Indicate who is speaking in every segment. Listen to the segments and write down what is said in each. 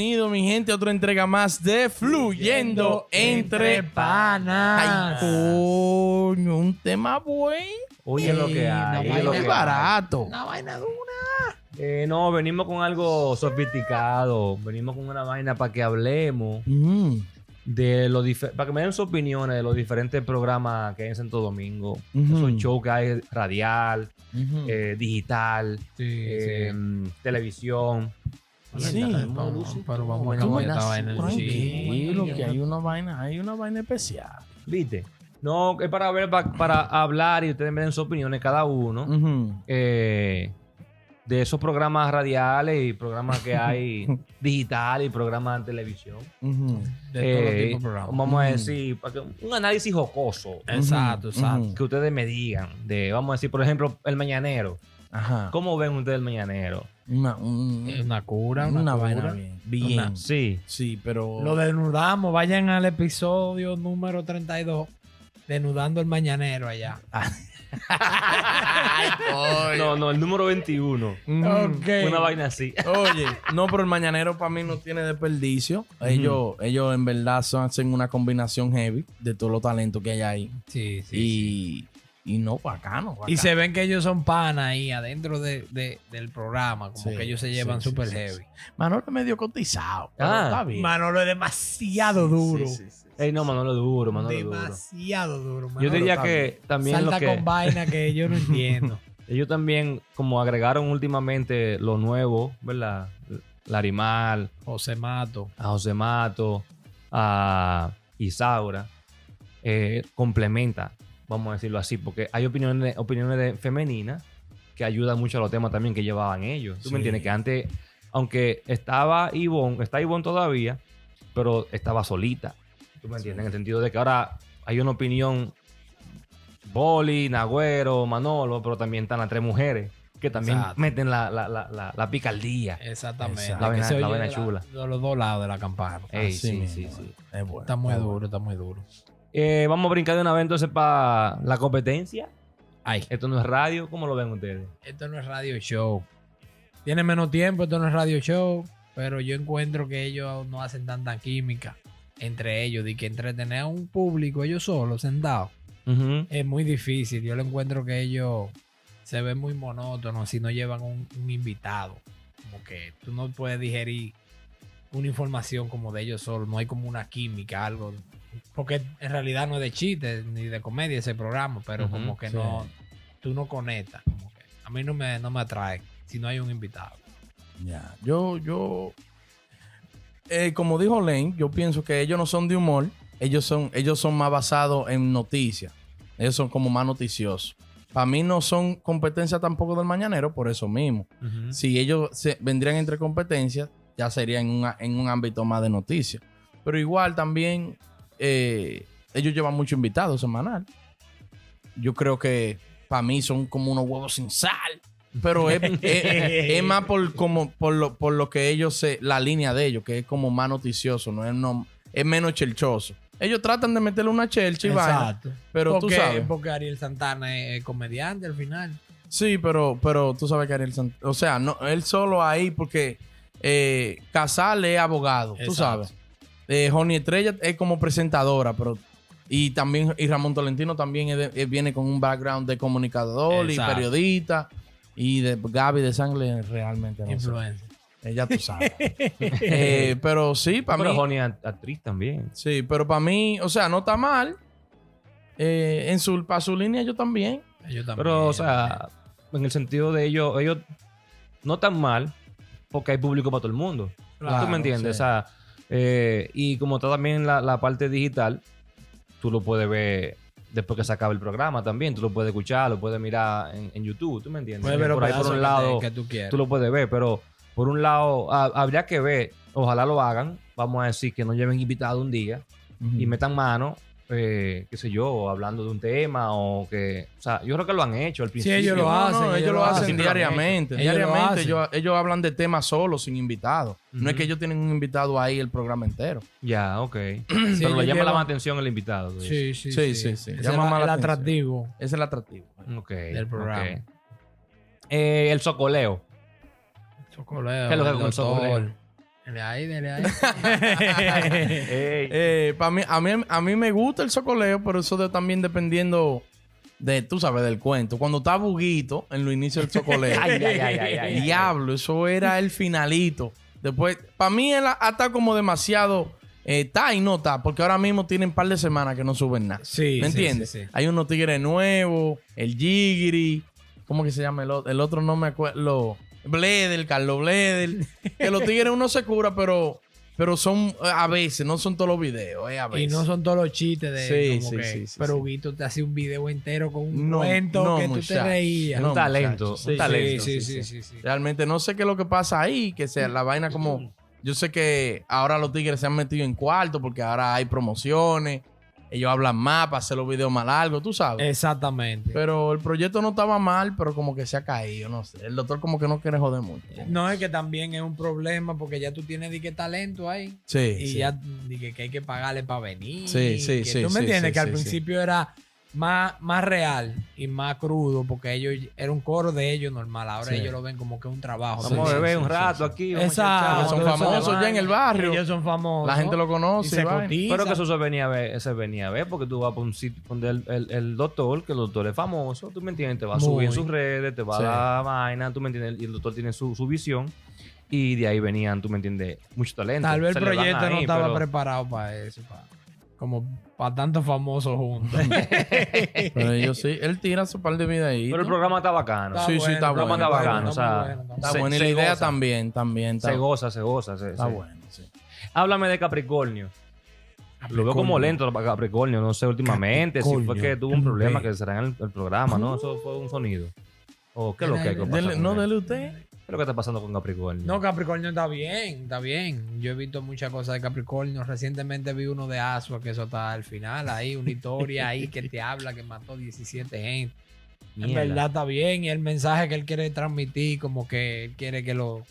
Speaker 1: nuevamente otra entrega más de Fluyendo entre Ay,
Speaker 2: panas.
Speaker 1: coño, un tema bueno.
Speaker 2: Oye lo que
Speaker 3: Una
Speaker 2: hay.
Speaker 3: vaina
Speaker 2: oye lo
Speaker 1: No
Speaker 2: que
Speaker 1: es
Speaker 2: hay.
Speaker 1: barato.
Speaker 3: Una vaina dura.
Speaker 2: Eh, no, venimos con algo sofisticado. Venimos con una vaina para que hablemos
Speaker 1: Mm,
Speaker 2: de los dife- para que me den sus opiniones de los diferentes programas que hay en Santo Domingo.
Speaker 1: Ujú.
Speaker 2: Esos shows que hay radial,
Speaker 1: ujú.
Speaker 2: eh, digital,
Speaker 3: Sí,
Speaker 2: eh, televisión.
Speaker 1: Sí.
Speaker 2: Mierda,
Speaker 1: Pero
Speaker 2: no,
Speaker 3: vamos-
Speaker 2: luce
Speaker 3: pero vamos
Speaker 2: como
Speaker 3: a
Speaker 2: una
Speaker 3: cambiar
Speaker 2: vaina
Speaker 3: esta vaina,
Speaker 2: súper
Speaker 3: sí.
Speaker 2: bien.
Speaker 1: Tranquilo, que hay una vaina, hay una vaina especial.
Speaker 2: ¿Viste? No, es para ver, pa- para, hablar y ustedes me den sus opiniones cada uno.
Speaker 1: Ujú.
Speaker 2: eh, de esos programas radiales y programas que hay digitales y programas de televisión.
Speaker 1: Ujú.
Speaker 3: De todo
Speaker 2: Eh,
Speaker 3: tipo de programas.
Speaker 2: Vamos a
Speaker 1: Mm.
Speaker 2: decir, para que- un análisis jocoso
Speaker 3: Exacto,
Speaker 1: Ujú,
Speaker 3: exacto.
Speaker 1: ujú.
Speaker 2: que ustedes me digan. De, vamos a decir, por ejemplo, el mañanero.
Speaker 3: Ah.
Speaker 1: Ajá.
Speaker 2: ¿Cómo ven ustedes el mañanero?
Speaker 1: Una, un-
Speaker 3: Eh, Una cura,
Speaker 1: una,
Speaker 3: una,
Speaker 1: vaina
Speaker 3: cura.
Speaker 1: bien. Bien.
Speaker 3: Una-
Speaker 2: Sí.
Speaker 1: Sí, pero.
Speaker 3: Lo desnudamos. Vayan al episodio número 32. Desnudando el mañanero allá.
Speaker 1: Ay, coño.
Speaker 2: No, no, el número 21.
Speaker 1: Mm.
Speaker 3: Ok.
Speaker 2: Una vaina así.
Speaker 1: Oye, no, pero el mañanero para mí no tiene desperdicio. Ellos, ellos en verdad son- hacen una combinación heavy de todos los talentos que hay ahí.
Speaker 3: Sí, sí.
Speaker 1: y, y no, bacano.
Speaker 3: Y
Speaker 1: bacano.
Speaker 3: se ven que ellos son panas ahí adentro de- de- del programa, como
Speaker 1: Sí,
Speaker 3: que ellos se
Speaker 1: sí,
Speaker 3: llevan
Speaker 1: sí,
Speaker 3: súper
Speaker 1: sí,
Speaker 3: heavy.
Speaker 1: Manolo es medio cotizado. pero
Speaker 2: Ah.
Speaker 1: está bien.
Speaker 3: Manolo es demasiado
Speaker 1: Sí,
Speaker 3: duro.
Speaker 1: sí, sí, sí.
Speaker 2: Ey, no, Manolo duro, Manolo duro.
Speaker 3: demasiado duro.
Speaker 2: Yo
Speaker 3: Manolo
Speaker 2: diría
Speaker 1: está
Speaker 2: que también lo
Speaker 3: salta
Speaker 2: que...
Speaker 3: con vaina que yo no entiendo.
Speaker 2: Ellos también, como agregaron últimamente lo nuevo, ¿verdad? Larimal,
Speaker 3: José Mato.
Speaker 2: a José Mato, a Isaura, eh, complementa, vamos a decirlo así, porque hay opiniones, opiniones de- femeninas que ayudan mucho a los temas también que llevaban ellos. ¿Tú
Speaker 1: Sí.
Speaker 2: me entiendes? Que antes, aunque estaba Ivonne, está Ivonne todavía, pero estaba solita. ¿Tú me entiendes? En el sentido de que ahora hay una opinión Boli, Nagüero, Manolo, pero también están las tres mujeres que también
Speaker 3: Exacto.
Speaker 2: meten la, la, la, la, la picardía.
Speaker 3: Exactamente.
Speaker 1: Exacto.
Speaker 2: La
Speaker 3: Que
Speaker 2: vaina-
Speaker 3: se
Speaker 2: la
Speaker 3: oye
Speaker 2: vaina
Speaker 3: de
Speaker 2: chula.
Speaker 3: de los dos lados de la campana.
Speaker 2: Ey,
Speaker 1: Así
Speaker 2: sí,
Speaker 1: mismo.
Speaker 2: sí, sí.
Speaker 1: Es bueno.
Speaker 3: Está muy
Speaker 1: está bueno.
Speaker 3: duro, está muy duro.
Speaker 2: Eh, vamos a brincar de una vez entonces para la competencia.
Speaker 3: Ay,
Speaker 2: Esto no es radio, ¿cómo lo ven ustedes?
Speaker 3: esto no es radio show. Tiene menos tiempo, esto no es radio show. Pero yo encuentro que ellos no hacen tanta química entre ellos. De que entretener a un público ellos solos, sentados, es muy difícil. Yo lo encuentro que ellos se ven muy monótonos si no llevan un, un invitado. Como que tú no puedes digerir una información como de ellos solos. No hay como una química, algo. Porque en realidad no es de chistes ni de comedia ese programa, pero
Speaker 2: Ujú,
Speaker 3: como que
Speaker 1: sí.
Speaker 3: no, tú no conectas. como que a mí no me, no me atrae si no hay un invitado.
Speaker 1: Ya. Yo, yo. eh, como dijo Lane, yo pienso que ellos no son de humor. Ellos son, ellos son más basados en noticias. Ellos son como más noticiosos. Para mí no son competencia tampoco del mañanero, por eso mismo. Si ellos se, vendrían entre competencias, ya sería en, una- en un ámbito más de noticias. Pero igual también eh, ellos llevan mucho invitado semanal. Yo creo que para mí son como unos huevos sin sal. Pero es, es- es más por, como, por, lo, por lo que ellos se. La línea de ellos, que es como más noticioso, no es, no- es menos chelchoso. Ellos tratan de meterle una chelcha y vaina, Pero
Speaker 3: porque,
Speaker 1: tú sabes.
Speaker 3: Porque Ariel Santana es, es comediante al final.
Speaker 1: Sí, pero, pero tú sabes que Ariel Sant- O sea, no, él solo ahí porque eh, Casal es abogado, tú
Speaker 3: Exacto.
Speaker 1: sabes. Eh, Joni Estrella es como presentadora, pero. Y también, y Ramón Tolentino también es de- eh, viene con un background de comunicador
Speaker 3: Exacto.
Speaker 1: y periodista. Y de Gaby de Sangre realmente no sé.
Speaker 3: Influencer.
Speaker 1: Ella tú sabes. Eh, pero sí, para
Speaker 2: Pero
Speaker 1: mí.
Speaker 2: Johnny es actriz también.
Speaker 1: Sí, pero para mí, o sea, no está mal. Eh, en su, para su línea yo también.
Speaker 3: Yo también.
Speaker 2: Pero, o sea, en el sentido de ellos, ellos no tan mal, porque hay público para todo el mundo.
Speaker 1: Claro,
Speaker 2: ¿Tú me entiendes?
Speaker 1: sí.
Speaker 2: O sea, eh, y como está también la, la parte digital, tú lo puedes ver después que se acabe el programa también. Tú lo puedes escuchar, lo puedes mirar en, en YouTube. ¿Tú me entiendes?
Speaker 3: Puedes
Speaker 2: Que
Speaker 3: ver los
Speaker 2: por ahí, por
Speaker 3: pedazos
Speaker 2: un
Speaker 3: que
Speaker 2: lado,
Speaker 3: te- que tú quieras.
Speaker 2: tú lo puedes ver, pero por un lado, ha- habría que ver, ojalá lo hagan, vamos a decir que no lleven invitado un día
Speaker 1: Mm.
Speaker 2: y metan mano, eh, qué sé yo, hablando de un tema o que, o sea, yo creo que lo han hecho al principio.
Speaker 3: ellos lo hacen,
Speaker 1: ellos, lo hacen, diariamente.
Speaker 3: Ellos lo
Speaker 1: diariamente
Speaker 3: hacen.
Speaker 1: ellos, ellos hablan de temas solos, sin invitados. No es
Speaker 2: Ujú.
Speaker 1: que ellos tienen un invitado ahí el programa entero.
Speaker 2: Ya, ok.
Speaker 3: ellos
Speaker 2: pero le llama la
Speaker 3: llevan-
Speaker 2: más atención el invitado. pues. tú dices.
Speaker 3: Sí, sí,
Speaker 1: Sí, sí,
Speaker 3: sí.
Speaker 1: sí.
Speaker 3: Ese
Speaker 1: Llama
Speaker 3: era
Speaker 1: más la
Speaker 3: el
Speaker 1: atención.
Speaker 3: atractivo.
Speaker 1: Ese es el atractivo.
Speaker 2: Ok.
Speaker 3: Del programa.
Speaker 2: ok. Eh, el socoleo.
Speaker 3: Socoleo.
Speaker 2: ¿Qué es lo que
Speaker 3: el
Speaker 2: con
Speaker 3: doctor.
Speaker 2: socoleo?
Speaker 3: Dele ahí, dele ahí.
Speaker 1: Eh.
Speaker 2: Ey,
Speaker 1: para mí, a, mí, a mí me gusta el socoleo, pero eso de- también dependiendo de, tú sabes, del cuento. Cuando está buguito en los inicios del socoleo.
Speaker 2: ay, ay, ay, ay, ay, ay.
Speaker 1: Diablo, eso era el finalito. Después, para mí él está como demasiado eh, está y no está, porque ahora mismo tienen un par de semanas que no suben nada.
Speaker 3: Sí,
Speaker 1: ¿Me
Speaker 3: sí,
Speaker 1: entiendes?
Speaker 3: sí, sí.
Speaker 1: Hay unos tigres nuevos, el Jigri, ¿cómo que se llama el otro? El otro no me acuerdo. Bledel, Carlos Bledel. que los tigres uno se cura, pero, pero son eh, a veces, no son todos los videos, eh, a
Speaker 3: Y
Speaker 1: veces.
Speaker 3: no son todos los chistes de
Speaker 1: Sí,
Speaker 3: como
Speaker 1: sí,
Speaker 3: que,
Speaker 1: sí, sí,
Speaker 3: pero
Speaker 1: sí.
Speaker 3: Huguito te hacía un video entero con un
Speaker 1: No,
Speaker 3: cuento
Speaker 1: no,
Speaker 3: que tú te
Speaker 1: muchacho.
Speaker 3: reías.
Speaker 2: Es un
Speaker 1: No,
Speaker 2: talento,
Speaker 1: muchacho.
Speaker 2: un
Speaker 1: Sí,
Speaker 2: talento.
Speaker 3: sí, sí, sí, sí.
Speaker 1: Realmente no sé qué es lo que pasa ahí, que sea la vaina como... Yo sé que ahora los tigres se han metido en cuarto porque ahora hay promociones, ellos hablan más para hacer los videos más largos, tú sabes.
Speaker 3: Exactamente.
Speaker 1: Pero el proyecto no estaba mal, pero como que se ha caído, no sé. El doctor como que no quiere joder mucho.
Speaker 3: no es que también es un problema porque ya tú tienes di que talento ahí.
Speaker 1: Sí,
Speaker 3: y
Speaker 1: sí.
Speaker 3: ya dije que hay que pagarle para venir.
Speaker 1: Sí, sí,
Speaker 3: que
Speaker 1: sí,
Speaker 3: Tú me
Speaker 1: sí,
Speaker 3: entiendes
Speaker 1: sí,
Speaker 3: que al
Speaker 1: sí,
Speaker 3: principio era más, más real y más crudo porque ellos era un coro de ellos normal. Ahora
Speaker 1: Sí.
Speaker 3: ellos lo ven como que es un trabajo.
Speaker 2: Vamos
Speaker 1: Sí,
Speaker 2: a beber
Speaker 1: sí,
Speaker 2: un
Speaker 1: sí,
Speaker 2: rato
Speaker 1: sí.
Speaker 2: aquí. vamos a echar
Speaker 3: Exacto.
Speaker 2: chavo,
Speaker 1: Son
Speaker 2: toda esa
Speaker 1: famosos
Speaker 2: vaina.
Speaker 1: ya en el barrio.
Speaker 3: Ellos son famosos.
Speaker 1: La gente lo
Speaker 3: y
Speaker 1: conoce.
Speaker 3: se
Speaker 1: y va.
Speaker 3: cotiza.
Speaker 2: Pero que eso se venía a ver, se venía a ver, porque tú vas a un sitio donde el, el- el doctor, que el doctor es famoso, tú me entiendes, te va a subir en
Speaker 3: Muy.
Speaker 2: sus redes, te va
Speaker 1: Sí.
Speaker 2: a dar vaina, tú me entiendes, y el doctor tiene su, su visión, y de ahí venían, tú me entiendes, mucho talento.
Speaker 3: Tal vez
Speaker 2: Se
Speaker 3: el
Speaker 2: le van
Speaker 3: proyecto no
Speaker 2: ahí,
Speaker 3: estaba
Speaker 2: pero-
Speaker 3: preparado para eso. pa- como para tantos famosos juntos.
Speaker 1: Pero ellos sí. Él tira su par de vida ahí.
Speaker 2: Pero el programa está bacano.
Speaker 1: Está sí, está
Speaker 3: el programa
Speaker 1: bueno,
Speaker 2: está bacano,
Speaker 3: bueno,
Speaker 2: o sea,
Speaker 3: muy bueno, está
Speaker 1: Está
Speaker 2: se-
Speaker 1: buena. Y
Speaker 2: se
Speaker 1: la idea
Speaker 2: goza.
Speaker 1: también, también. Está,
Speaker 2: Se goza, se goza. se-
Speaker 1: está
Speaker 2: se-
Speaker 1: bueno, sí.
Speaker 2: Háblame de Capricornio. Lo veo como lento para Capricornio, no sé últimamente si fue
Speaker 1: Capricornio. Uh.
Speaker 2: que tuvo un problema que será en el, el programa, ¿no? Eso fue un sonido. ¿O qué es lo que, que pasa
Speaker 1: Dele-
Speaker 2: con
Speaker 1: no,
Speaker 2: él?
Speaker 1: dele usted.
Speaker 2: ¿Qué es lo que está pasando con Capricornio?
Speaker 3: No, Capricornio está bien, está bien. Yo he visto muchas cosas de Capricornio. Recientemente vi uno de Asua, que eso está al final, ahí, una historia ahí que te habla que mató 17 gente.
Speaker 2: Mierda.
Speaker 3: En verdad está bien. Y el mensaje que él quiere transmitir, como que él quiere que los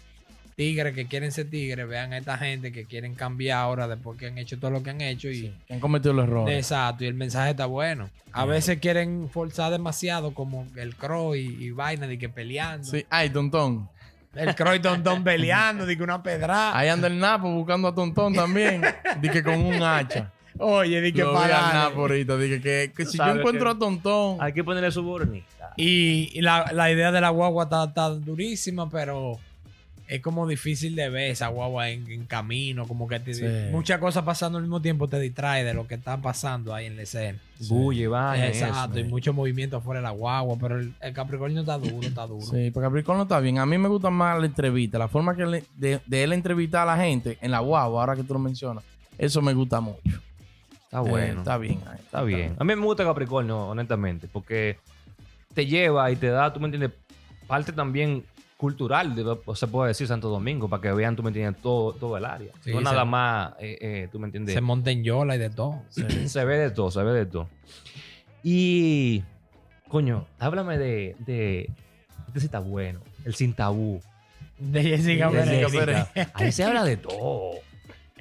Speaker 3: tigres que quieren ser tigres vean a esta gente que quieren cambiar ahora después que han hecho todo lo que han hecho. Y,
Speaker 1: Que han cometido los errores.
Speaker 3: Exacto, y el mensaje está bueno. A veces quieren forzar demasiado, como el Crow y, y vaina, de que peleando.
Speaker 1: Sí. Ay, Tontón.
Speaker 3: El Crow y Tontón peleando, de que una pedrada.
Speaker 1: Ahí anda el Napo buscando a Tontón también. Dije con un hacha.
Speaker 3: Oye, di que
Speaker 1: Lo vi al
Speaker 3: para.
Speaker 1: Napo ahorita. Dije que, que si yo
Speaker 2: Sabe
Speaker 1: encuentro
Speaker 2: que-
Speaker 1: a Tontón.
Speaker 2: Hay que ponerle su bornita.
Speaker 3: Y, y la, la idea de la guagua está, está durísima, pero es como difícil de ver esa guagua en, en camino, como que te-
Speaker 1: Sí.
Speaker 3: muchas cosas pasando al mismo tiempo te distrae de lo que está pasando ahí en la escena.
Speaker 2: Bulle, vaina.
Speaker 3: Exacto,
Speaker 2: eso.
Speaker 3: y mucho movimiento fuera de la guagua, pero el, el Capricornio está duro, está duro.
Speaker 1: Sí, porque Capricornio está bien. A mí me gusta más la entrevista, la forma que le- de, de él entrevistar a la gente en la guagua, ahora que tú lo mencionas. Eso me gusta mucho.
Speaker 2: Está
Speaker 1: Eh,
Speaker 2: Ah, bueno.
Speaker 1: está bien. ahí.
Speaker 2: Está bien. A mí me gusta Capricornio, honestamente, porque te lleva y te da, tú me entiendes, parte también cultural, de lo- se puede decir Santo Domingo, para que vean, tú me entiendes, todo, todo el área.
Speaker 3: Sí,
Speaker 2: no
Speaker 3: se-
Speaker 2: nada más, eh, eh, tú me entiendes.
Speaker 3: Se monta en yola y de todo.
Speaker 1: Sí.
Speaker 2: Se ve de todo, se ve de todo. Y, coño, háblame de, de este sí está bueno, el sin tabú.
Speaker 3: De Jessica
Speaker 2: De
Speaker 3: Pérez.
Speaker 2: Jessica Pérez. Ahí se habla de todo.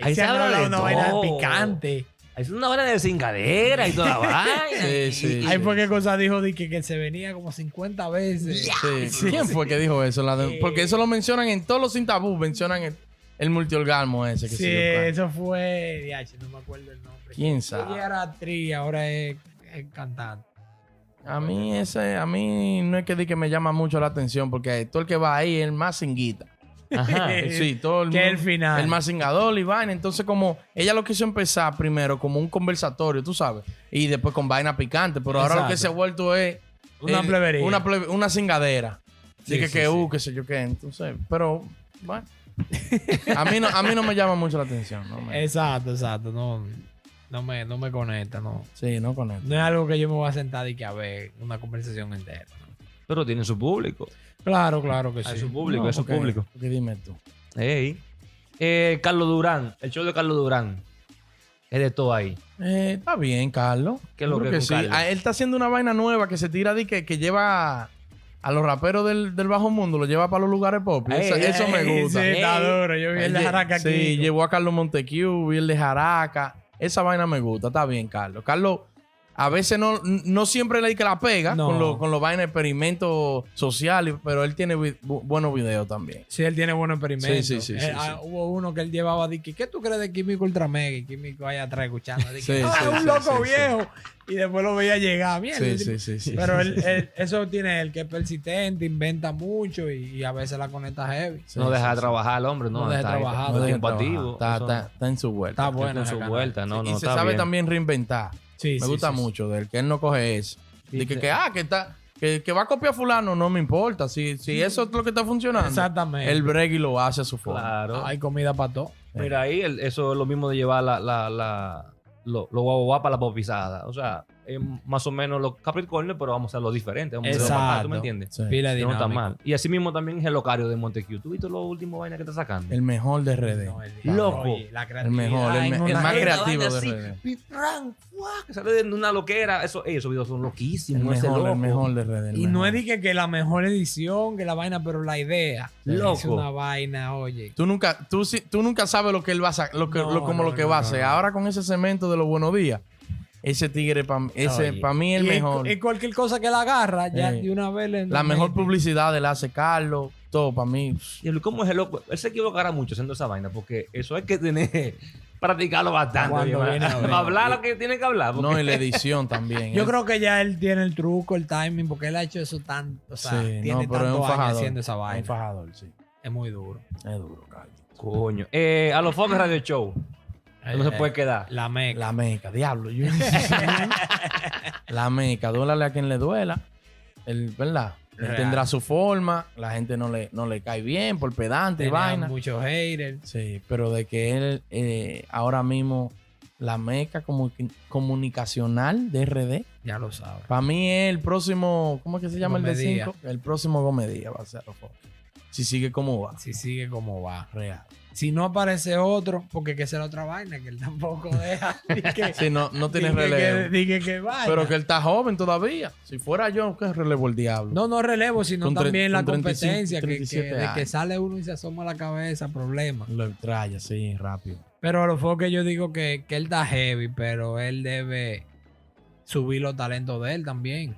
Speaker 3: Ahí se habla de una vaina
Speaker 2: todo.
Speaker 3: picante.
Speaker 2: Ahí Es una hora de cingadera y toda la vaina.
Speaker 1: Sí, sí.
Speaker 3: Ahí fue que cosa dijo de que, que se venía como 50 veces.
Speaker 1: Sí. ¿Quién fue que dijo eso? La de-
Speaker 3: Sí.
Speaker 1: Porque eso lo mencionan en todos los sin tabú, mencionan el, el multiorgasmo ese. Que
Speaker 3: Sí,
Speaker 1: se yo, claro.
Speaker 3: eso fue. diache, no me acuerdo el nombre.
Speaker 1: ¿Quién
Speaker 3: Ella
Speaker 1: sabe?
Speaker 3: era actriz, ahora es, es cantante.
Speaker 1: A mí ese, a mí no es que di que me llama mucho la atención, porque todo el que va ahí es el más cinguita.
Speaker 2: Ajá.
Speaker 1: Eh, Sí, todo el
Speaker 3: Que
Speaker 1: mundo-
Speaker 3: el final.
Speaker 1: El más cingador, y vaina. Entonces, como ella lo quiso empezar primero como un conversatorio, tú sabes, y después con vaina picante, pero ahora lo que
Speaker 3: Exacto.
Speaker 1: se ha vuelto es. eh,
Speaker 3: Una plebería.
Speaker 1: Una, plebe- una cingadera.
Speaker 3: Sí,
Speaker 1: Así que,
Speaker 3: sí,
Speaker 1: que,
Speaker 3: sí.
Speaker 1: uh, qué sé yo qué. Entonces, pero, bueno. a, mí no, a mí no me llama mucho la atención. No
Speaker 3: Eh,
Speaker 1: me-
Speaker 3: Exacto, exacto. No, no, me, no me conecta, no.
Speaker 1: sí, no con esto.
Speaker 3: No es algo que yo me voy a sentar y que a ver una conversación entera. ¿no?
Speaker 2: Pero tiene su público.
Speaker 3: Claro, claro que
Speaker 2: Hay
Speaker 3: sí.
Speaker 2: su público,
Speaker 1: No,
Speaker 2: hay su
Speaker 1: porque-
Speaker 2: público.
Speaker 1: porque dime tú.
Speaker 2: Ey. Eh, Carlos Durán, el show de Carlos Durán. Es de todo ahí.
Speaker 1: Eh, está bien, Carlos.
Speaker 2: ¿Qué es lo
Speaker 1: Yo creo
Speaker 2: que es con Carlos?
Speaker 1: Ah, Él está haciendo una vaina nueva que se tira de que, que lleva a los raperos del, del bajo mundo, lo lleva para los lugares pop.
Speaker 2: Ey,
Speaker 1: Eso, eso me
Speaker 3: Ey,
Speaker 1: gusta.
Speaker 3: eh, Sí, está duro. Yo vi el de
Speaker 1: Lle-
Speaker 3: Jaraca
Speaker 1: sí,
Speaker 3: aquí.
Speaker 1: llevó a Carlos Montecu, vi el de Jaraca. Esa vaina me gusta, está bien, Carlos. Carlos, A veces no, no siempre le que la pega
Speaker 3: No.
Speaker 1: con los con los vainas de experimentos sociales, pero él tiene vi- bu- buenos videos también.
Speaker 3: Sí, él tiene buenos experimentos.
Speaker 1: Sí, sí, sí,
Speaker 3: Eh,
Speaker 1: sí,
Speaker 3: ah,
Speaker 1: sí.
Speaker 3: Hubo uno que él llevaba de que, ¿qué tú crees de Químico Ultramega? Y Químico allá atrás escuchando. De que,
Speaker 1: Sí,
Speaker 3: "Ah,
Speaker 1: sí,
Speaker 3: un
Speaker 1: sí,
Speaker 3: loco
Speaker 1: sí, sí.
Speaker 3: viejo. Y después lo veía llegar. Mierda,
Speaker 1: Sí,
Speaker 3: el tipo-
Speaker 1: sí, sí, sí.
Speaker 3: Pero él, él- eso tiene el que es persistente, inventa mucho y, y a veces la conecta heavy.
Speaker 1: Sí,
Speaker 2: No
Speaker 1: sí,
Speaker 2: deja de
Speaker 1: sí.
Speaker 2: trabajar al hombre, no.
Speaker 3: No deja
Speaker 2: está,
Speaker 3: de trabajar,
Speaker 1: No
Speaker 2: no es
Speaker 1: deja de
Speaker 2: compatible.
Speaker 1: trabajar. Está, está- está en su vuelta.
Speaker 3: Está bueno.
Speaker 2: en su
Speaker 3: esa
Speaker 2: vuelta, no, no.
Speaker 1: y se
Speaker 2: está
Speaker 1: sabe
Speaker 2: bien.
Speaker 1: también reinventar.
Speaker 3: canal. Sí,
Speaker 1: Me
Speaker 3: sí,
Speaker 1: gusta
Speaker 3: sí, sí.
Speaker 1: mucho de él, que él no coge eso.
Speaker 2: Sí,
Speaker 1: De que,
Speaker 2: sí.
Speaker 1: que, ah, que está, que, que va a copiar a fulano, no me importa. Si, si eso es lo que está funcionando,
Speaker 3: Exactamente.
Speaker 1: el break y lo hace a su forma.
Speaker 2: Claro.
Speaker 3: Hay comida para todo.
Speaker 2: Mira ahí, el- eso es lo mismo de llevar la, la, la, lo, lo guau guau para la popizada. O sea, es más o menos los Capricornio, pero vamos a hacerlo diferente. Vamos a hacerlo más tarde, ¿Tú me
Speaker 3: Exacto.
Speaker 2: entiendes?
Speaker 1: Sí.
Speaker 3: Pila de
Speaker 2: Que No está
Speaker 3: dinámica.
Speaker 2: mal. Y así mismo también es el locario de Montecu. ¿Tú viste los últimos vainas que está sacando?
Speaker 1: El mejor de RD.
Speaker 3: No, el-
Speaker 2: Loco.
Speaker 3: Oye, la
Speaker 1: el mejor, el,
Speaker 3: creatividad
Speaker 1: me-
Speaker 3: en
Speaker 1: el
Speaker 3: una-
Speaker 1: más
Speaker 2: Esta
Speaker 1: creativo
Speaker 2: vaina
Speaker 1: de
Speaker 2: así,
Speaker 1: RD.
Speaker 2: pipran, fuá, Ah, que sale de una loquera. Eso, ey, esos videos son
Speaker 1: El
Speaker 2: loquísimos. ese
Speaker 1: mejor,
Speaker 2: loco.
Speaker 1: el mejor de RD. el
Speaker 3: Y no
Speaker 1: mejor.
Speaker 3: es de que, que la mejor edición, que la vaina, pero la idea.
Speaker 2: Loco.
Speaker 3: Es una vaina, oye.
Speaker 1: Tú nunca, tú, sí- tú nunca sabes lo que él va a sa- lo que,
Speaker 3: No,
Speaker 1: lo- como
Speaker 3: no,
Speaker 1: lo que
Speaker 3: no,
Speaker 1: va a
Speaker 3: no,
Speaker 1: hacer.
Speaker 3: no.
Speaker 1: Ahora con ese cemento de los buenos días, ese tigre para ese
Speaker 2: Oye.
Speaker 1: para mí el
Speaker 3: Y-
Speaker 1: mejor.
Speaker 3: Y, cualquier cosa que la agarra, ya
Speaker 1: Sí.
Speaker 3: de una vez le-
Speaker 1: la mejor publicidad de la hace Carlos, todo para mí.
Speaker 2: Y el- ¿Cómo es el loco? Él se equivocará mucho haciendo esa vaina porque eso hay que tener, practicarlo bastante.
Speaker 3: Cuando
Speaker 2: oye,
Speaker 3: viene a
Speaker 2: Para
Speaker 3: ver.
Speaker 2: para hablar lo que tiene que hablar. porque-
Speaker 1: No, y la edición también.
Speaker 3: Yo
Speaker 1: Él-
Speaker 3: creo que ya él tiene el truco, el timing, porque él ha hecho eso tanto. O sea,
Speaker 1: Sí,
Speaker 3: tiene
Speaker 1: no, pero es un
Speaker 3: tantos años
Speaker 1: fajador.
Speaker 3: haciendo esa
Speaker 1: Es un
Speaker 3: vaina.
Speaker 1: fajador, sí.
Speaker 3: Es muy duro.
Speaker 1: Es duro, Carlos.
Speaker 2: Coño. Eh, a los Fox Radio Show. No se
Speaker 3: Eh,
Speaker 2: puede quedar.
Speaker 3: La meca.
Speaker 1: La meca, diablo. yo- la meca, duélale a quien le duela. El, ¿Verdad? Él
Speaker 3: Real.
Speaker 1: tendrá su forma. La gente no le, no le cae bien por pedante y
Speaker 3: Tenía
Speaker 1: vaina.
Speaker 3: muchos haters.
Speaker 1: Sí, pero de que él eh, ahora mismo la meca comu- comunicacional de RD.
Speaker 3: Ya lo sabes.
Speaker 1: Para mí es el próximo, ¿cómo es que se llama el de
Speaker 3: Gomedía.
Speaker 1: 5? El próximo Gomedía va a ser. ojo. Si sigue como va.
Speaker 3: Si sigue como va.
Speaker 1: Real.
Speaker 3: Si no aparece otro, porque que esa es la otra vaina, que él tampoco deja. Ni que,
Speaker 1: Sí, no, no tiene
Speaker 3: ni que-
Speaker 1: relevo.
Speaker 3: que- ni que- que vaya.
Speaker 1: Pero que él está joven todavía. Si fuera yo, ¿qué relevo el diablo?
Speaker 3: No, no relevo, sino
Speaker 1: Con tre-
Speaker 3: también la
Speaker 1: con 35,
Speaker 3: competencia, que- que,
Speaker 1: 37
Speaker 3: de que
Speaker 1: años.
Speaker 3: sale uno y se asoma la cabeza, problema.
Speaker 1: Lo traya, sí, rápido.
Speaker 3: Pero a lo mejor que yo digo que, que él está heavy, pero él debe subir los talentos de él también.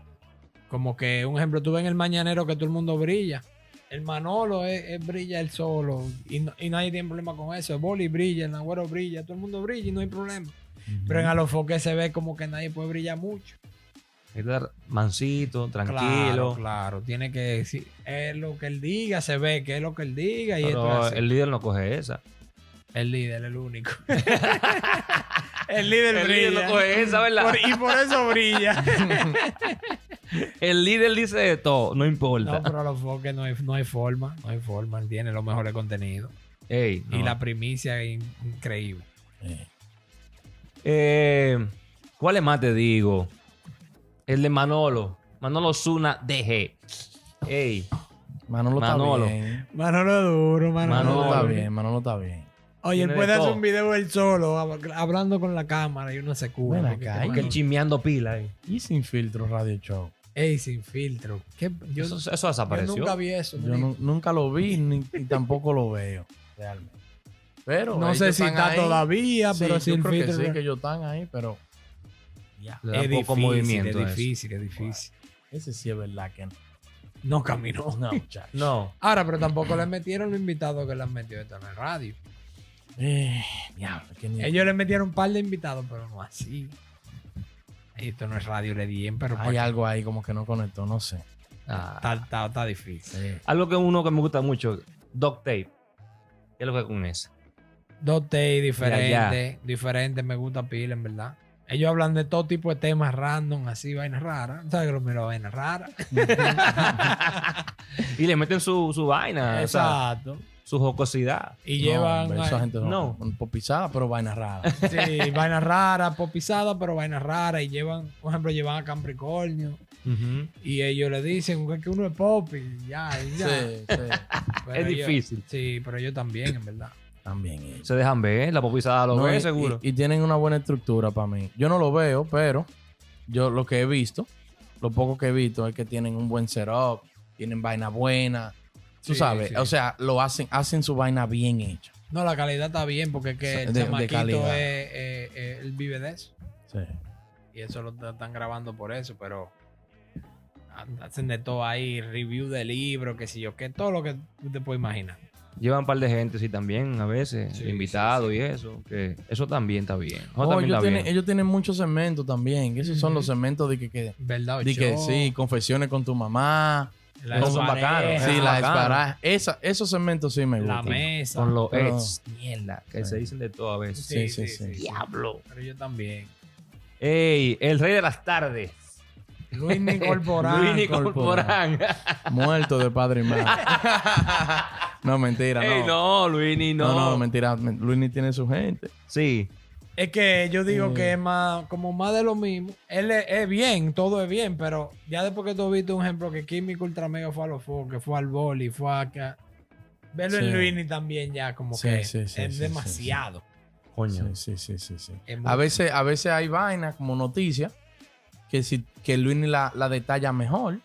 Speaker 3: Como que, un ejemplo, tú ves en el mañanero que todo el mundo brilla. El Manolo es, es brilla él solo y, no- y nadie tiene problema con eso. El Boli brilla, el Nagüero brilla, todo el mundo brilla y no hay problema. Pero en Alofoque se ve como que nadie puede brillar mucho.
Speaker 2: Hay que estar mansito,
Speaker 3: Claro,
Speaker 2: tranquilo.
Speaker 3: claro. Tiene que sí, es lo que él diga, se ve que es lo que él diga y esto
Speaker 2: Pero
Speaker 3: es así.
Speaker 2: el líder no coge esa.
Speaker 3: El líder, el único. el líder
Speaker 2: El
Speaker 3: brilla.
Speaker 2: líder no coge esa, ¿verdad?
Speaker 3: Por- y por eso brilla.
Speaker 2: El líder dice de todo, no
Speaker 3: no,
Speaker 2: importa.
Speaker 3: pero a los foques no hay, no hay forma. No hay forma. Él tiene los mejores contenidos.
Speaker 2: Ey,
Speaker 3: Y
Speaker 2: no.
Speaker 3: la primicia es in- increíble.
Speaker 1: Eh,
Speaker 2: Eh, ¿Cuál es más te digo? El de Manolo. Manolo Zuna DG. Ey,
Speaker 1: Manolo,
Speaker 2: Manolo.
Speaker 1: está bien.
Speaker 3: Manolo duro,
Speaker 1: Manolo,
Speaker 2: Manolo.
Speaker 1: está bien, Manolo está bien.
Speaker 3: Oye, él
Speaker 2: Tiene
Speaker 3: puede
Speaker 2: de
Speaker 3: hacer
Speaker 2: todo.
Speaker 3: un video él solo, hab- hablando con la cámara y uno se cura.
Speaker 1: Ven
Speaker 3: porque
Speaker 1: acá,
Speaker 3: qué
Speaker 1: ¿y
Speaker 2: que
Speaker 3: bueno.
Speaker 2: el chismeando pila. eh. ey.
Speaker 1: Y sin filtro, Radio Show.
Speaker 3: Ey, sin filtro. ¿Qué- Yo,
Speaker 2: eso,
Speaker 3: yo
Speaker 2: eso desapareció.
Speaker 3: nunca vi eso.
Speaker 1: Yo
Speaker 3: manito.
Speaker 1: nu- nunca lo vi ni, y tampoco lo veo, realmente. Pero
Speaker 3: No
Speaker 1: ellos
Speaker 3: sé si
Speaker 1: están
Speaker 3: está
Speaker 1: ahí.
Speaker 3: todavía,
Speaker 1: Sí,
Speaker 3: pero
Speaker 1: yo
Speaker 3: sin
Speaker 1: creo
Speaker 3: filtro.
Speaker 1: que sí, que ellos están ahí, pero
Speaker 2: Le da poco movimiento a
Speaker 3: es
Speaker 2: eso.
Speaker 3: difícil, es difícil.
Speaker 1: ese sí es verdad que no.
Speaker 3: No caminó.
Speaker 1: No, muchacho.
Speaker 2: No.
Speaker 3: Ahora, pero tampoco le metieron los invitados que le han metido esto en el radio.
Speaker 1: Eh, diablo, que ni-
Speaker 3: Ellos le metieron un par de invitados, pero no así. Esto no es radio, le di pero pues,
Speaker 1: Hay algo ahí como que no conectó, no sé.
Speaker 2: Ah.
Speaker 3: está, está- está difícil.
Speaker 2: Algo que uno que me gusta mucho, duct tape. ¿Qué es lo que con eso?
Speaker 3: Dos T diferentes,
Speaker 2: Ya,
Speaker 3: diferentes, me gusta pila, en verdad. Ellos hablan de todo tipo de temas random, así, vainas raras. ¿Sabes que lo miro vainas raras?
Speaker 2: Y le meten su, su vaina, Ah, o sea,
Speaker 3: Exacto.
Speaker 2: su jocosidad.
Speaker 3: Y
Speaker 1: No,
Speaker 3: llevan.
Speaker 1: hombre, esa gente
Speaker 2: no.
Speaker 1: no. Popizada, pero vaina rara.
Speaker 3: Sí, vainas raras, popizadas, pero vainas raras. Y llevan, por ejemplo, llevan a Capricornio. Y ellos le dicen que uno es pop y ya, y ya.
Speaker 1: Sí, sí.
Speaker 3: Pero
Speaker 2: Es
Speaker 3: ellos-
Speaker 2: difícil.
Speaker 3: sí, pero yo también, en verdad.
Speaker 1: También ellos.
Speaker 2: Se dejan ver, la popizada lo
Speaker 1: No,
Speaker 2: ve
Speaker 1: y-
Speaker 2: seguro.
Speaker 1: Y, y tienen una buena estructura para mí. Yo no lo veo, pero yo lo que he visto, lo poco que he visto es que tienen un buen setup, tienen vaina buena. Tú
Speaker 3: Sí,
Speaker 1: sabes,
Speaker 3: sí.
Speaker 1: o sea, lo hacen, hacen su vaina bien hecha.
Speaker 3: No, la calidad está bien porque es eh, que el
Speaker 1: De- de
Speaker 3: chamaquito
Speaker 1: calidad.
Speaker 3: es, es- es- él vive de eso. Y eso lo t- están grabando por eso, pero hacen de todo ahí, review de libros, qué sé yo, que todo lo que tú te puedes imaginar.
Speaker 2: Llevan un par de gente, sí, también, a veces,
Speaker 3: Sí,
Speaker 2: invitados y eso. Que eso también está bien. Eso
Speaker 1: Oh,
Speaker 2: también
Speaker 1: ellos,
Speaker 2: está
Speaker 1: tienen,
Speaker 2: bien.
Speaker 1: ellos tienen muchos segmentos también. Esos son
Speaker 3: Ujú.
Speaker 1: los segmentos de que, que,
Speaker 3: ¿Verdad? o
Speaker 1: de que
Speaker 3: show,
Speaker 1: sí, confesiones con tu mamá.
Speaker 3: la
Speaker 2: esos son
Speaker 3: pareja,
Speaker 2: bacanos.
Speaker 1: sí,
Speaker 2: ah,
Speaker 1: las
Speaker 2: bacano.
Speaker 1: paradas. Esa- esos segmentos sí me
Speaker 3: la
Speaker 1: gustan.
Speaker 3: mesa.
Speaker 2: Con los
Speaker 1: Pero-
Speaker 2: ex, mierda, que
Speaker 1: Sí.
Speaker 2: se dicen de todo a veces.
Speaker 1: Sí, sí, sí.
Speaker 2: Diablo.
Speaker 3: Pero yo también.
Speaker 2: Ey, el rey de las tardes.
Speaker 3: Luis Corporal.
Speaker 2: Luini
Speaker 1: Corporán.
Speaker 2: Corporán.
Speaker 1: Muerto de padre y madre. no, mentira,
Speaker 2: Ey,
Speaker 1: no.
Speaker 2: no, Luini,
Speaker 1: No,
Speaker 2: no.
Speaker 1: no, mentira. Men- Luis ni tiene su gente.
Speaker 2: Sí.
Speaker 3: Es que yo digo
Speaker 1: Sí.
Speaker 3: que es más, como más de lo mismo. Él es, es bien, todo es bien, pero ya después que tú viste un ejemplo que Químico Ultra Mega fue a los focos, que fue al boli, fue acá. Verlo
Speaker 1: Sí.
Speaker 3: en Luini también ya, como
Speaker 1: Sí,
Speaker 3: que
Speaker 1: sí, sí,
Speaker 3: es
Speaker 1: sí,
Speaker 3: demasiado.
Speaker 2: Coño.
Speaker 1: Sí, sí, sí, sí. sí.
Speaker 2: Eh,
Speaker 3: Es
Speaker 1: A
Speaker 3: mucho.
Speaker 1: veces, a veces hay vainas como noticias que, si, que Luis ni la, la detalla mejor.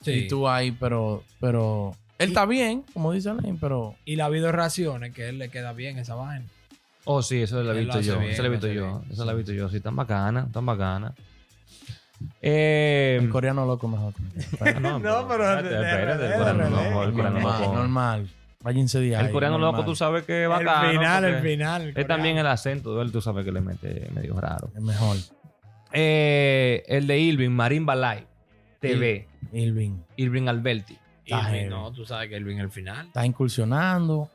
Speaker 3: Sí.
Speaker 1: Y tú ahí, pero. pero él
Speaker 3: Y-
Speaker 1: está bien, como dice Alain, pero.
Speaker 3: Y la vida de raciones, que él le queda bien esa vaina.
Speaker 2: Oh, sí, eso lo he
Speaker 3: Él lo
Speaker 2: visto
Speaker 3: hace
Speaker 2: yo.
Speaker 3: bien,
Speaker 2: eso lo he
Speaker 3: lo
Speaker 2: visto
Speaker 3: hace
Speaker 2: yo.
Speaker 3: bien.
Speaker 2: Eso lo he visto yo. Sí, tan bacana, tan bacana. Eh,
Speaker 1: El coreano loco mejor.
Speaker 2: no,
Speaker 3: No, pero
Speaker 2: espérate,
Speaker 3: de- de-
Speaker 2: espérate,
Speaker 3: de-
Speaker 2: el coreano
Speaker 3: de-
Speaker 2: loco, el
Speaker 3: de-
Speaker 2: coreano
Speaker 1: normal,
Speaker 2: loco.
Speaker 1: normal. Váyanse de ahí.
Speaker 2: El coreano loco,
Speaker 1: normal.
Speaker 2: tú sabes que es bacano.
Speaker 3: el final, el
Speaker 2: porque
Speaker 3: final.
Speaker 2: Es también el acento de él, tú sabes que le mete medio raro.
Speaker 1: Es mejor.
Speaker 2: Eh, el de Irving, Marimba Live, TV,
Speaker 1: Irving
Speaker 2: Irving Alberti.
Speaker 1: Está heavy.
Speaker 3: no, tú sabes que Elvin el final.
Speaker 1: está incursionando.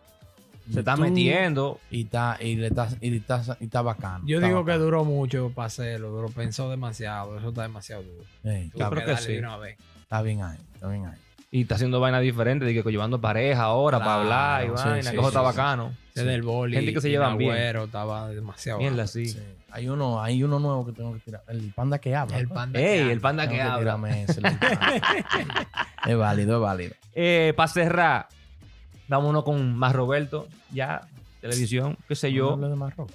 Speaker 2: Se está
Speaker 1: Tú-
Speaker 2: metiendo.
Speaker 1: Y está, y le está, y le está, y está bacano.
Speaker 3: Yo
Speaker 1: Está
Speaker 3: digo que
Speaker 1: bacano.
Speaker 3: duró mucho para hacerlo, duró, pensó demasiado, eso está demasiado duro.
Speaker 1: Sí,
Speaker 3: Tuvo
Speaker 1: está,
Speaker 2: creo que
Speaker 3: darle
Speaker 2: sí.
Speaker 3: de una vez.
Speaker 1: está bien ahí. Está bien ahí.
Speaker 2: Y está haciendo vainas diferentes, de que llevando pareja ahora
Speaker 3: Claro,
Speaker 2: para hablar y
Speaker 1: sí,
Speaker 2: vaina,
Speaker 1: sí,
Speaker 2: que eso
Speaker 1: sí,
Speaker 2: está
Speaker 1: sí.
Speaker 2: bacano.
Speaker 3: Desde el boli.
Speaker 2: Gente que se
Speaker 3: y
Speaker 2: llevan bien.
Speaker 3: Nagüero estaba demasiado.
Speaker 2: Mierda, sí.
Speaker 1: Sí. Hay uno, hay uno nuevo que tengo que tirar. El panda que habla.
Speaker 3: El
Speaker 1: ¿no?
Speaker 3: panda. que
Speaker 2: Ey,
Speaker 3: habla.
Speaker 2: el panda
Speaker 1: Tengo
Speaker 2: que
Speaker 1: que
Speaker 2: habla.
Speaker 1: tirarme ese, el panda. es válido, es válido.
Speaker 2: Eh, para cerrar, vámonos con más Roberto, ya, televisión, qué sé
Speaker 1: No
Speaker 2: yo.
Speaker 1: hable de más ropa.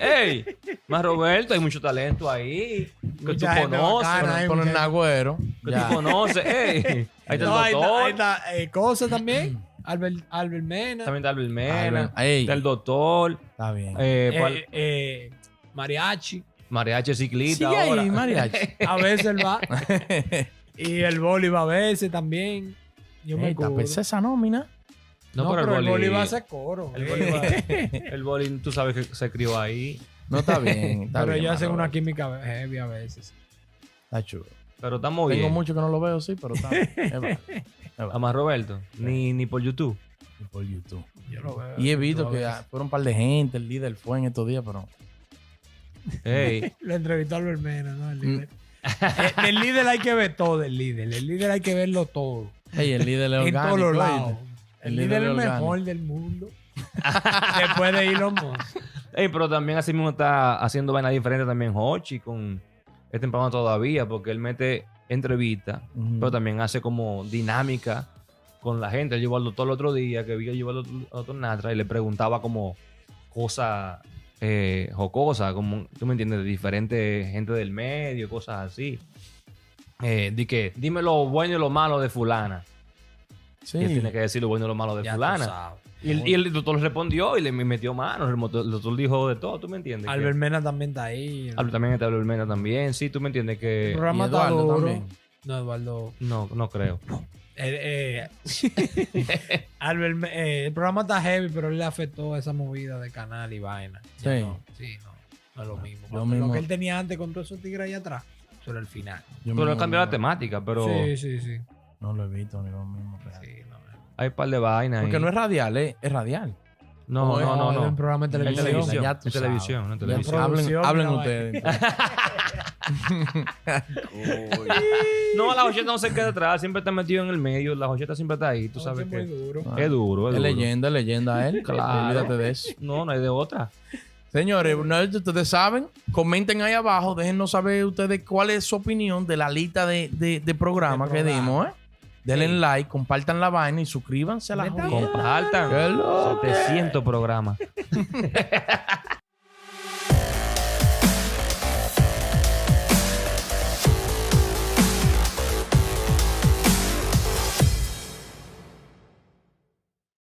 Speaker 2: ¡Ey! Más Roberto, hay mucho talento ahí. Que
Speaker 3: Mucha
Speaker 2: tú
Speaker 3: gente
Speaker 2: conoces.
Speaker 3: bacana,
Speaker 2: ¿no?
Speaker 3: Ay,
Speaker 1: Ponen
Speaker 3: muchacho.
Speaker 1: agüero.
Speaker 2: Que
Speaker 1: ya.
Speaker 2: tú conoces. ¡Ey! Ahí está
Speaker 3: No,
Speaker 2: el
Speaker 3: ahí está, ahí
Speaker 2: doctor.
Speaker 3: está, eh, Cosa también. Albert, Albert Mena.
Speaker 2: También está Albert
Speaker 1: Ah,
Speaker 2: Mena.
Speaker 1: bien. Ey,
Speaker 2: Está el doctor.
Speaker 1: está bien.
Speaker 2: Eh,
Speaker 3: eh,
Speaker 2: cual-
Speaker 3: eh, mariachi.
Speaker 2: mariachi ciclista
Speaker 1: Sigue
Speaker 2: ahora.
Speaker 1: ahí, mariachi.
Speaker 3: A veces él va. y el boli va a veces también. Yo me
Speaker 1: Ey, está
Speaker 3: acuerdo.
Speaker 1: pesa esa nómina.
Speaker 2: No, pero, el boli.
Speaker 3: va a hacer coro.
Speaker 2: el
Speaker 3: eh.
Speaker 2: boli va- el boli, tú sabes que se crió ahí.
Speaker 1: No está bien. Está
Speaker 3: Pero
Speaker 1: bien,
Speaker 3: ellos
Speaker 1: más
Speaker 3: hacen una
Speaker 1: Roberto.
Speaker 3: química heavy a veces.
Speaker 1: Está chulo.
Speaker 2: Pero estamos
Speaker 1: Tengo
Speaker 2: bien.
Speaker 1: mucho que no lo veo, sí, pero está bien. Es válido. Es
Speaker 2: A
Speaker 1: válido.
Speaker 2: más Roberto. Ni, ni por YouTube.
Speaker 1: Y por YouTube.
Speaker 3: Yo lo veo.
Speaker 1: Y he visto
Speaker 3: Tú
Speaker 1: que
Speaker 3: ves.
Speaker 1: ah, fueron un par de gente, el líder fue en estos días, pero.
Speaker 2: ¡Ey!
Speaker 3: Lo entrevistó Albert Mena, ¿no? El
Speaker 2: Mm.
Speaker 3: líder. Eh, del líder hay que ver todo, el líder. El líder hay que verlo todo.
Speaker 1: Ey, el líder es
Speaker 3: en
Speaker 1: orgánico.
Speaker 3: todos los lados.
Speaker 1: ¿oíste?
Speaker 3: El líder es el
Speaker 1: orgánico.
Speaker 3: mejor del mundo. Después de Elon Musk.
Speaker 2: Ey, pero también así mismo está haciendo vainas diferentes también Hochi con este temprano todavía, porque él mete entrevistas,
Speaker 1: Ujú.
Speaker 2: pero también hace como dinámica con la gente. Él llevó al doctor el otro día, que vi que llevó al doctor- al doctor Natra y le preguntaba como cosas eh, jocosas, como, tú me entiendes, de diferentes gente del medio, cosas así. Eh, di que, dime lo bueno y lo malo de fulana.
Speaker 1: Sí.
Speaker 2: Y él tiene que decir lo bueno y lo malo de
Speaker 3: Ya tú
Speaker 2: fulana.
Speaker 3: sabes.
Speaker 2: Y el, y el doctor respondió y le metió mano. El doctor, el doctor dijo de todo, ¿tú me entiendes? Que-
Speaker 3: Albert Mena también está ahí. El
Speaker 2: Hablo también de Albert Mena también. Sí, tú me entiendes que.
Speaker 3: programa
Speaker 1: Y
Speaker 3: está
Speaker 1: Eduardo
Speaker 3: duro.
Speaker 1: también.
Speaker 3: No, Eduardo.
Speaker 2: No, no creo.
Speaker 3: Eh, eh, Albert Me- eh, el programa está heavy, pero él le afectó esa movida de canal y vaina. Ya
Speaker 1: Sí.
Speaker 3: No, sí, no. No es lo mismo.
Speaker 1: Lo
Speaker 3: Lo,
Speaker 1: mismo.
Speaker 3: que él tenía antes con todos esos tigres allá atrás. Eso era el final.
Speaker 1: Yo
Speaker 2: Pero
Speaker 1: mismo
Speaker 2: él cambió la
Speaker 1: no-
Speaker 2: temática, pero
Speaker 3: Sí, sí, sí.
Speaker 1: No lo he visto ni lo mismo. real.
Speaker 3: Sí, no, no.
Speaker 2: hay un par de vainas. ahí.
Speaker 1: Porque no es radial, eh, es radial.
Speaker 2: No, no, no.
Speaker 3: era
Speaker 2: no.
Speaker 3: un programa de
Speaker 1: En
Speaker 3: televisión.
Speaker 2: televisión.
Speaker 1: ya tú
Speaker 2: En
Speaker 1: sabes.
Speaker 2: televisión, no en
Speaker 1: Ya
Speaker 2: televisión.
Speaker 1: Hablen,
Speaker 3: Producción,
Speaker 1: hablen
Speaker 3: mira,
Speaker 1: ustedes.
Speaker 2: No, la Jocheta no se queda atrás. Siempre está metido en el medio. La Jocheta siempre está ahí. Tú
Speaker 3: No,
Speaker 2: sabes
Speaker 3: eso es
Speaker 2: que.
Speaker 3: muy duro.
Speaker 1: Ah,
Speaker 2: Es duro, es
Speaker 1: Es
Speaker 2: duro.
Speaker 1: leyenda, es leyenda él.
Speaker 2: Claro.
Speaker 1: Olvídate de eso.
Speaker 2: No, no hay de otra.
Speaker 1: Señores, no, ustedes saben, comenten ahí abajo, déjennos saber ustedes cuál es su opinión de la lista de, de, de programa
Speaker 3: De
Speaker 1: que
Speaker 3: programa.
Speaker 1: dimos, ¿eh? Denle
Speaker 2: Sí.
Speaker 1: like, compartan la vaina y suscríbanse a la
Speaker 3: Neta,
Speaker 1: jodida.
Speaker 2: Compartan.
Speaker 1: Hello.
Speaker 2: 700 programas.